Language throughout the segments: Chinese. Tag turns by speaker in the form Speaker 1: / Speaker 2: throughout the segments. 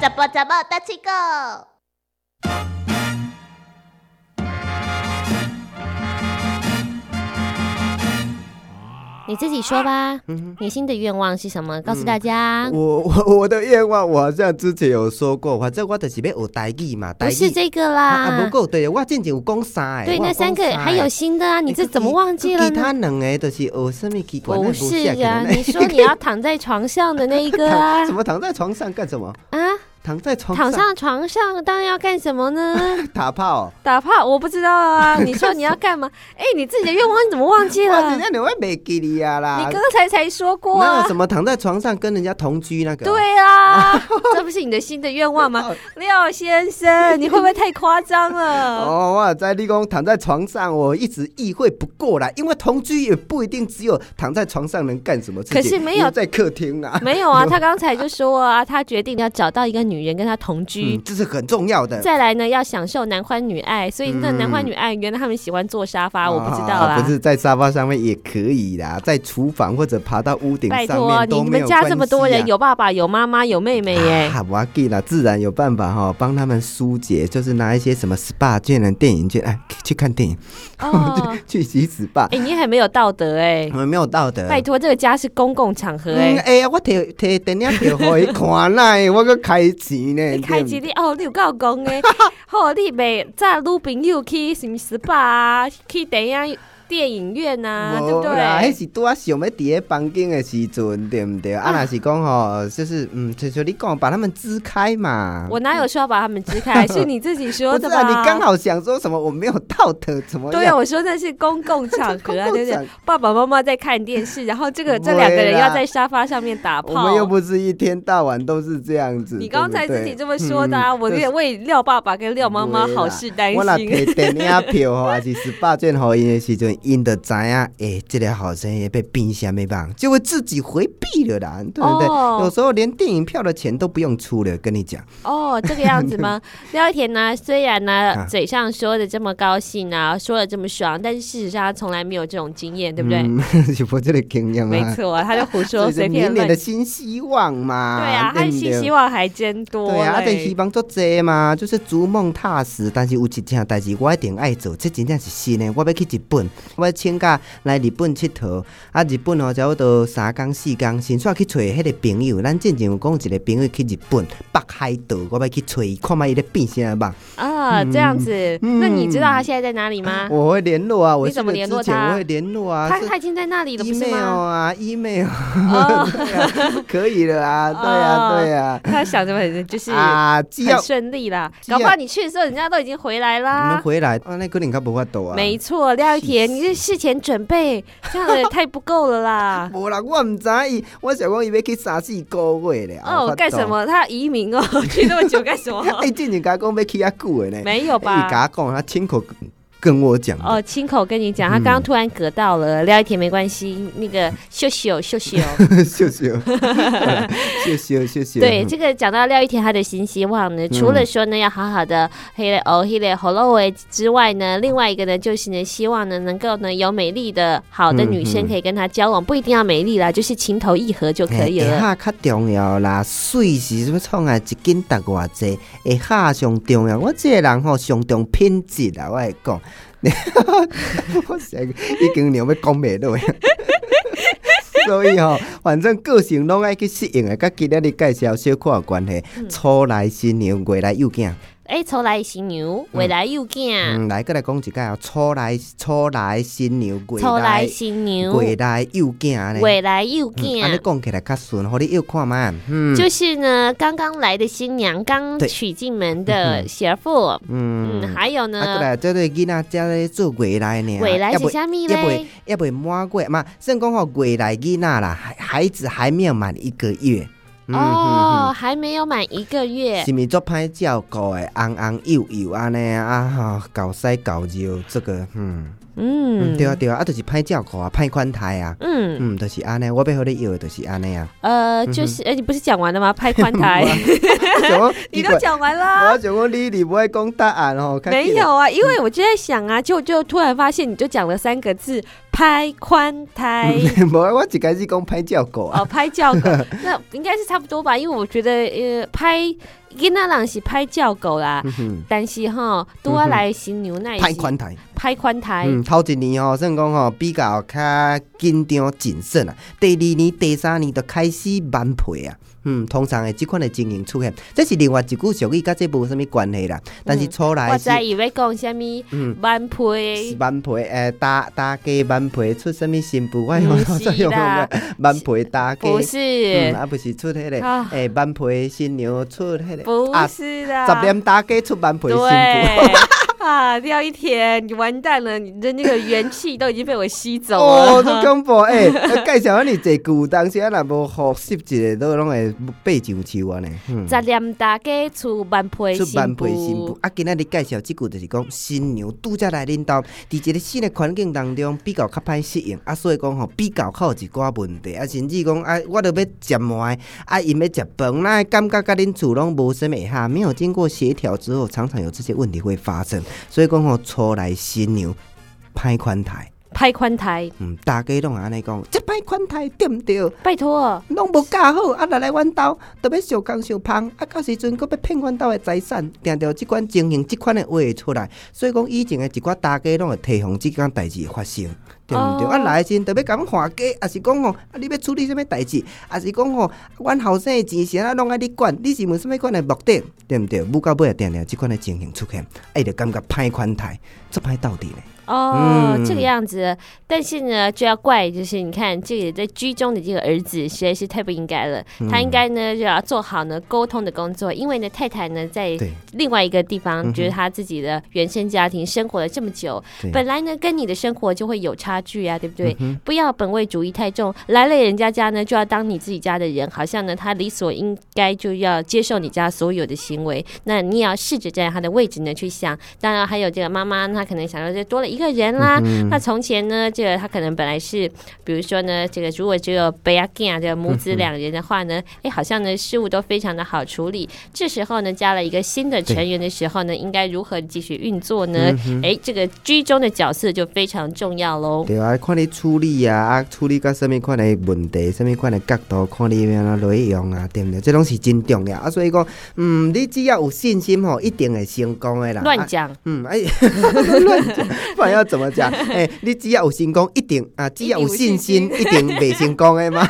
Speaker 1: 잡아 잡아 따치고
Speaker 2: 你自己说吧，你新的愿望是什么？告诉大家。
Speaker 3: 我我我的愿望，我好像之前有说过，反正我就是要有台语嘛，台
Speaker 2: 不
Speaker 3: 语。
Speaker 2: 是这个
Speaker 3: 啊
Speaker 2: 啦，
Speaker 3: 啊，不够对，我之前有讲三个，
Speaker 2: 对，
Speaker 3: 我有
Speaker 2: 那
Speaker 3: 讲
Speaker 2: 三个
Speaker 3: 三
Speaker 2: 还有新的啊，你这怎么忘记了
Speaker 3: 其他
Speaker 2: 呢？
Speaker 3: 两个就是学什么奇怪，
Speaker 2: 不
Speaker 3: 那
Speaker 2: 是
Speaker 3: 可能
Speaker 2: 啊，
Speaker 3: 呢
Speaker 2: 你说你要躺在床上的那一个啊
Speaker 3: 躺什么躺在床上干什么？
Speaker 2: 啊，
Speaker 3: 躺在床
Speaker 2: 躺
Speaker 3: 上
Speaker 2: 上床上当然要干什么呢？
Speaker 3: 打炮。
Speaker 2: 打炮？我不知道啊，你说你要干嘛？哎，你自己的愿望你怎么忘记
Speaker 3: 哇，
Speaker 2: 了？
Speaker 3: 人
Speaker 2: 你
Speaker 3: 家你会没给你啊啦！
Speaker 2: 刚才才说过
Speaker 3: 哪
Speaker 2: 啊
Speaker 3: 有。什么躺在床上跟人家同居那个？，
Speaker 2: 对啊，这不是你的新的愿望吗
Speaker 3: 哦？
Speaker 2: 廖先生，你会不会太夸张了？
Speaker 3: 哦，我在立功躺在床上，我一直意会不过来，因为同居也不一定只有躺在床上能干什么事情。
Speaker 2: 可是没有
Speaker 3: 因为在客厅 啊，
Speaker 2: 没有啊，他刚才就说啊，他决定要找到一个女人跟他同居。
Speaker 3: 嗯，这是很重要的。
Speaker 2: 再来呢，要享受男欢女爱，所以那
Speaker 3: 嗯
Speaker 2: 男欢女爱原来他们喜欢坐沙发，
Speaker 3: 啊
Speaker 2: 我不知道啦。
Speaker 3: 不是在沙发上面也可以啦，在厨房或者爬到屋顶
Speaker 2: 拜
Speaker 3: 上
Speaker 2: 托，
Speaker 3: 面
Speaker 2: 你
Speaker 3: 都
Speaker 2: 你
Speaker 3: 没
Speaker 2: 们
Speaker 3: 有关系啊、
Speaker 2: 家这么多人，有爸爸，有妈妈，有妹妹 耶。
Speaker 3: 啊，我给了，自然有办法哈、帮他们疏解，就是拿一些什么 SPA 券啊、电影券，哎，去看电影，
Speaker 2: 哦，
Speaker 3: 去洗 SPA，、
Speaker 2: 哎，你很没有道德哎
Speaker 3: 我。们没有道德。
Speaker 2: 拜托，这个家是公共场合
Speaker 3: 嗯，
Speaker 2: 哎。
Speaker 3: 哎、呀，我摕摕电影票互伊看 奈，我搁开钱呢，
Speaker 2: 你开
Speaker 3: 对
Speaker 2: 机
Speaker 3: 不
Speaker 2: 你哦，你有够讲 诶，好，哦你袂载女朋友去什么 SPA 啊，去电影电影院啊，对不
Speaker 3: 无啦，
Speaker 2: 对
Speaker 3: 迄？是拄啊想要伫咧房间的时阵，对毋对？啊，若是讲吼，就是嗯，就像你讲，把他们支开嘛。
Speaker 2: 我哪有说要把他们支 开？是你自己说
Speaker 3: 嗯不是
Speaker 2: 的
Speaker 3: 啊，
Speaker 2: 吧？
Speaker 3: 你刚好想说什么？我没有道德，怎么
Speaker 2: 对啊，
Speaker 3: 样？
Speaker 2: 我说那是公共场合啊，
Speaker 3: 公共
Speaker 2: 对不
Speaker 3: 场
Speaker 2: 对？爸爸妈妈在看电视，然后这个这两个
Speaker 3: 不
Speaker 2: 人
Speaker 3: 会啦
Speaker 2: 要在沙发上面打
Speaker 3: 我
Speaker 2: 炮。
Speaker 3: 们又不是一天到晚都是这样子。
Speaker 2: 你刚才
Speaker 3: 对
Speaker 2: 自
Speaker 3: 不对
Speaker 2: 己这么说的啊，
Speaker 3: 嗯
Speaker 2: 我
Speaker 3: 就
Speaker 2: 也
Speaker 3: 是
Speaker 2: 为廖爸爸跟廖妈妈好事担
Speaker 3: 我若
Speaker 2: 心。
Speaker 3: 摕电影票吼， 还是十八卷互因的时阵，因就知影，诶、这个好生也被冰虾没棒，就会自己回避了啦，对不对？
Speaker 2: 哦
Speaker 3: 有时候连电影票的钱都不用出了，跟你讲，
Speaker 2: 哦，这个样子 吗？廖一田呢，虽然呢
Speaker 3: 啊
Speaker 2: 嘴上说的这么高兴啊，说的这么爽，但是事实上他从来没有这种经验，对不对？
Speaker 3: 嗯、 是我这个经验啊，
Speaker 2: 没错啊，他就胡
Speaker 3: 所
Speaker 2: 说
Speaker 3: 以是
Speaker 2: 随便
Speaker 3: 明年
Speaker 2: 乱
Speaker 3: 的。新希望嘛，
Speaker 2: 对啊，他
Speaker 3: 不
Speaker 2: 的新希望还真多
Speaker 3: 对啊，啊，这希
Speaker 2: 嘞。
Speaker 3: 望做多嘛，就是逐梦踏实。但是有一件代志我一定爱做，这真正是新的。我要去日本，我要请假来日本佚佗。啊，日本哦，差不多三工四啊工，先煞去找迄个朋友。咱之前有讲一个朋友去日本北海道，我要去找伊，看卖伊咧变啥吧。
Speaker 2: 啊，这样子，
Speaker 3: 嗯
Speaker 2: 那你知道他现在在哪里吗？
Speaker 3: 我会联络啊，我
Speaker 2: 你怎么
Speaker 3: 去了
Speaker 2: 联络
Speaker 3: 之前
Speaker 2: 他
Speaker 3: 我会联络啊，
Speaker 2: 他
Speaker 3: 是
Speaker 2: 他已经在那里了，不是
Speaker 3: email
Speaker 2: 吗？
Speaker 3: 啊，email
Speaker 2: 哦，
Speaker 3: 可以了啊，对啊，对啊，
Speaker 2: 他想的很哦就是很
Speaker 3: 啊，只要
Speaker 2: 顺利啦，
Speaker 3: 只
Speaker 2: 搞
Speaker 3: 要
Speaker 2: 不好你去的时候人家都已经回来
Speaker 3: 你们
Speaker 2: 啦。
Speaker 3: 回来，啊，那可能较无法度啊。。
Speaker 2: 没错，廖一田，你这事前准备这样的也太不够了啦
Speaker 3: 无啦，我毋知伊，我想讲伊要去三四个月咧。
Speaker 2: 哦，干什？么？他要移民哦， 去那么久干 什么？
Speaker 3: 哎，之前甲讲要去遐久的呢。
Speaker 2: 没有
Speaker 3: 伊
Speaker 2: 吧？
Speaker 3: 甲我讲，他亲口跟我讲。
Speaker 2: 哦，，亲口跟你讲，他刚刚突然隔到了，廖一田没关系，那个秀秀秀秀。
Speaker 3: 谢谢，谢谢，谢谢。
Speaker 2: 对，这个讲到廖一田他的新希望
Speaker 3: 嗯
Speaker 2: 呢，除了说呢要好好的黑了哦黑了 hello 之外呢，另外一个呢就是呢希望呢能够呢有美丽的好的女生
Speaker 3: 嗯嗯
Speaker 2: 可以跟他交往，不一定要美丽啦，就是情投意合就可以
Speaker 3: 欸
Speaker 2: 了。
Speaker 3: 下较重要啦，水是什么创啊？一斤值偌济，会下上重要。我这个人吼上重品质啦，我会讲。 我想已经娘要讲袂落。 所以吼、反正个性拢爱去适应的，甲今日你介绍小可有关系。
Speaker 2: 嗯
Speaker 3: 初来新娘，未来又囝。
Speaker 2: 哎，从来犀牛，未来又见，
Speaker 3: 嗯，来，再来讲一解哦。初来初来新娘，未
Speaker 2: 从来
Speaker 3: 来
Speaker 2: 犀牛，
Speaker 3: 未来又囝呢。
Speaker 2: 未来又
Speaker 3: 嗯，安尼
Speaker 2: 见。
Speaker 3: 讲起来较顺，互你又看嘛。嗯。
Speaker 2: 就是呢，刚刚来的新娘，刚
Speaker 3: 对
Speaker 2: 娶进门的 媳妇，
Speaker 3: 嗯
Speaker 2: 嗯，还有
Speaker 3: 啊，过
Speaker 2: 呢，
Speaker 3: 来，这对囡仔才咧做未来呢，
Speaker 2: 未来
Speaker 3: 要
Speaker 2: 是
Speaker 3: 不
Speaker 2: 虾米
Speaker 3: 要不
Speaker 2: 嘞？
Speaker 3: 要不满月嘛，算讲吼未来囡仔啦，孩孩子还没有满一个月，嗯
Speaker 2: 哦，，还没有满一个
Speaker 3: 嗯嗯
Speaker 2: 月，
Speaker 3: 是咪做歹照顾的，红红幼幼安尼啊，吼，搞塞搞尿，这个，嗯，嗯，
Speaker 2: 嗯，
Speaker 3: 对啊，对啊，啊，就是歹照顾啊，歹款待啊，
Speaker 2: 嗯，
Speaker 3: 嗯，就是安尼，我要和你要的就是安 尼啊。
Speaker 2: 呃，就是，哎，你不是讲完了吗？拍宽 台，
Speaker 3: 想讲
Speaker 2: 你都，讲完
Speaker 3: 奇怪
Speaker 2: 啦。
Speaker 3: 我想讲你你不会讲答案哦，较
Speaker 2: 没
Speaker 3: 紧啊，
Speaker 2: 有啊，因为我就在想
Speaker 3: 嗯
Speaker 2: 啊，就就突然发现，你就讲了三个字“拍宽胎”，
Speaker 3: 无 我一开始讲歹照顾啊，
Speaker 2: 哦，拍教狗，那应该是差不多吧，因为我觉得呃，拍囡仔人是拍教狗啦，
Speaker 3: 嗯哼
Speaker 2: 但是吼，拄啊来新牛奶
Speaker 3: 歹款待。
Speaker 2: 拍宽台，
Speaker 3: 嗯，头一年吼、算讲吼、比较较紧张谨慎啊。第二年、第三年就开始慢配啊。嗯，通常的即款的情形出现，这是另外一句俗语，甲这无啥物关系啦。但是
Speaker 2: 嗯
Speaker 3: 初来
Speaker 2: 我
Speaker 3: 是
Speaker 2: 知以为讲什么
Speaker 3: 嗯
Speaker 2: 万
Speaker 3: 是
Speaker 2: 配，
Speaker 3: 慢配，诶、搭搭家慢配出啥物新妇，我用
Speaker 2: 不是
Speaker 3: 再用
Speaker 2: 啦
Speaker 3: 慢配搭家，
Speaker 2: 不
Speaker 3: 嗯，
Speaker 2: 是，
Speaker 3: 啊不是出迄、个，诶、
Speaker 2: 啊
Speaker 3: 慢配新娘出迄、个，
Speaker 2: 不
Speaker 3: 啊，
Speaker 2: 是啦，
Speaker 3: 十点搭家出慢配新妇。
Speaker 2: 对。啊，掉一天，你完蛋了！你的那个元气都已经被我吸走
Speaker 3: 哦，都
Speaker 2: 了。
Speaker 3: 恐怖诶！介绍你这句，当时啊，若无学习一个，都拢会背上手啊呢。嗯
Speaker 2: 十点大家出万配
Speaker 3: 出版
Speaker 2: 新
Speaker 3: 配新
Speaker 2: 妇
Speaker 3: 妇，啊，今仔日介绍即句就是讲新娘拄则来恁兜，伫一个新的环境当中比较较歹适应，啊，所以讲吼比较较有一寡问题，啊，甚至讲啊，我都要食糜，啊，因要食饭，那感觉甲恁厝拢无什么哈，没有经过协调之后，常常有这些问题会发生，所以讲吼初来新娘歹款待。
Speaker 2: 拍宽台，
Speaker 3: 嗯，大家拢安尼讲，即摆款待对毋对？
Speaker 2: 拜托，
Speaker 3: 拢无教好，啊，来来阮兜，都要相共相芳，啊，到时阵佫要骗阮兜的财产，定着即款情形，即款的话会出来，所以讲以前的一寡大家拢会提防即件代志发生，对毋对？
Speaker 2: 哦
Speaker 3: 啊，来的时阵都要甲阮化解，啊是讲吼，啊你要处理什物代志，啊是讲吼，阮后生的钱是安拢爱你管，你是问什物款的目的，对毋对？舞到尾也定定即款的情形出现，哎，就感觉歹款待，这歹到底呢？
Speaker 2: 哦，
Speaker 3: 嗯
Speaker 2: 这个样子，但是呢，就要怪就是你看这个在居中的这个儿子实在是太不应该了，他应该
Speaker 3: 嗯
Speaker 2: 呢就要做好呢沟通的工作，因为呢太太呢在
Speaker 3: 对
Speaker 2: 另外一个地
Speaker 3: 嗯
Speaker 2: 方，
Speaker 3: 哼
Speaker 2: 就是他自己的原生家庭生活了这么久
Speaker 3: 对，嗯
Speaker 2: 本来呢跟你的生活就会有差距啊，对不对？不要本位主义太重，来了人家家呢就要当你自己家的人，好像呢他理所应该就要接受你家所有的行为，那你也要试着站在他的位置呢去想。当然还有这个妈妈，她可能想到就多了一个人啦。
Speaker 3: 嗯
Speaker 2: 那从前呢，这个她可能本来是，比如说呢，这个如果只有贝亚吉亚这个母子两人的话呢，哎，好像呢事物都非常的好处理。这时候呢，加了一个新的成员的时候呢，应该如何继续运作呢？
Speaker 3: 嗯
Speaker 2: 哎、这个居中的角色就非常重要喽。
Speaker 3: 对啊，看你处理啊，啊处理到什物款的问题，什物款的角度，看你要安怎内用啊，对毋对？这拢是真重要啊，所以讲，嗯，你只要有信心吼，一定会成功的啦。
Speaker 2: 乱
Speaker 3: 啊
Speaker 2: 讲，
Speaker 3: 嗯， 哎，乱讲，不然要怎么 讲？哎、你只要有成功，一定啊，只要有信心，一定袂成功的 嘛。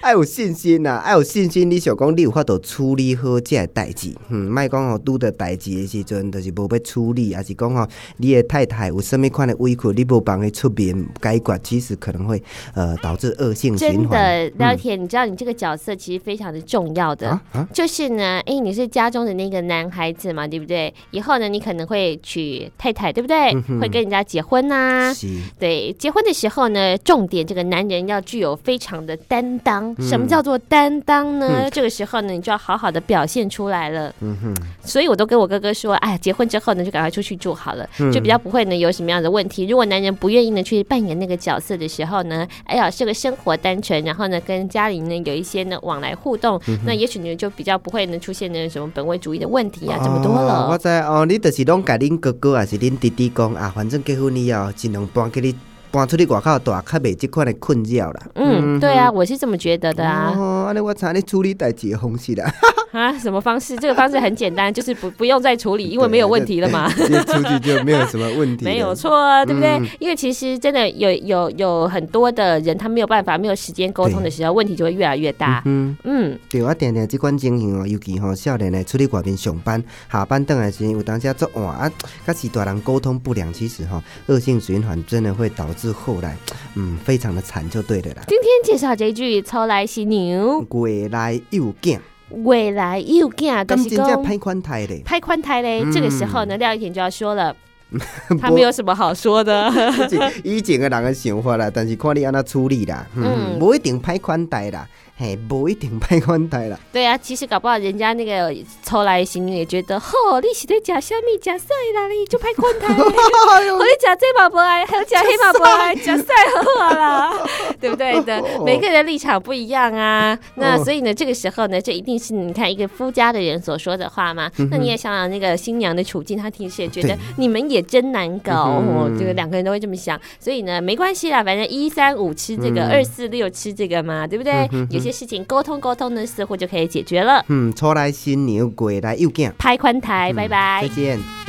Speaker 3: 爱有信心呐、爱有信心，你想讲你有法度处理好这个代志，嗯，莫讲吼拄着代志的时阵，就是无要处理，还是讲吼你的太太有什物款的委屈，你无帮伊出面解决，其实可能会呃导致恶性循
Speaker 2: 真
Speaker 3: 环。
Speaker 2: 的，廖铁，你知道你这个角色其实非常的重要的。
Speaker 3: 嗯啊啊，
Speaker 2: 就是呢，诶，你是家中的那个男孩子嘛，对不对？以后呢，你可能会娶太太，对不对？会跟人家结婚啊呐、
Speaker 3: 啊是，
Speaker 2: 对，结婚的时候呢，重点这个男人要具有非常的担当。什么叫做担当呢？这个时候呢，你就要好好的表现出来了。
Speaker 3: 嗯哼，
Speaker 2: 所以我都跟我哥哥说，哎，结婚之后呢，就赶快出去住好了，就比较不会呢有什么样的问题。如果男人不愿意呢去扮演那个角色的时候呢，哎呀，这个生活单纯，然后呢跟家里呢有一些呢往来互动，那也许呢就比较不会呢出现呢什么本位主义的问题啊，这么多
Speaker 3: 哦我
Speaker 2: 了。
Speaker 3: 知哦，你就是拢甲恁哥哥还是恁弟弟讲啊，反正结婚以后尽量搬去你搬出去外口住，较袂即款的困扰啦。
Speaker 2: 嗯，对啊，我是这么觉得的啊。
Speaker 3: 哦，安尼我查你处理代志的方式啦，
Speaker 2: 啊，什么方式？这个方式很简单，就是不不用再处理，因为没有问题了 嘛。
Speaker 3: 直接出去就没有什么问题 了。
Speaker 2: 没有错啊，对不
Speaker 3: 嗯
Speaker 2: 对？因为其实真的有有有很多的人，他没有办法、没有时间沟通的时候，问题就会越来越大。
Speaker 3: 嗯，
Speaker 2: 嗯，
Speaker 3: 对我定定即款情形哦，尤其吼少年的出去外面上班，下班倒来时有当时啊作晚啊，甲是大人沟通不良，其实吼恶性循环真的会导致后来嗯非常的惨就对 了啦。
Speaker 2: 今天介绍这一句“抽来犀牛，
Speaker 3: 未来又见，
Speaker 2: 未来又见”，
Speaker 3: 咁
Speaker 2: 就是
Speaker 3: 真正
Speaker 2: 讲
Speaker 3: 歹款待咧，
Speaker 2: 拍宽台嘞。
Speaker 3: 嗯
Speaker 2: 这个时候呢，廖一田就要说 了，他没有什么好说的。
Speaker 3: 以前的人的想法啦，但是看你安怎处理啦，嗯，
Speaker 2: 嗯
Speaker 3: 无一定歹款待啦，嘿，无一定歹款待啦。
Speaker 2: 对啊，其实搞不好人家那个抽来的行李也觉得，吼，你是在假虾米假晒啦，你就拍困台，
Speaker 3: 哎呦
Speaker 2: 我你假这嘛不爱，还有假黑嘛不爱，假晒好好啦，对不对的？每个人立场不一样啊。那所以呢，这个时候呢，这一定是你看一个夫家的人所说的话嘛。那你也想想那个新娘的处境，她其实也觉得
Speaker 3: 对
Speaker 2: 你们也真难搞，哦
Speaker 3: 嗯
Speaker 2: 这个两个人都会这么想。所以呢，没关系啦，反正一三五吃这个，
Speaker 3: 嗯
Speaker 2: 二四六吃这个嘛，对不对？有些事情沟通沟通呢，似乎就可以解决了。
Speaker 3: 嗯，初来新娘，过来又见，
Speaker 2: 拍宽台，拜拜
Speaker 3: 再。见。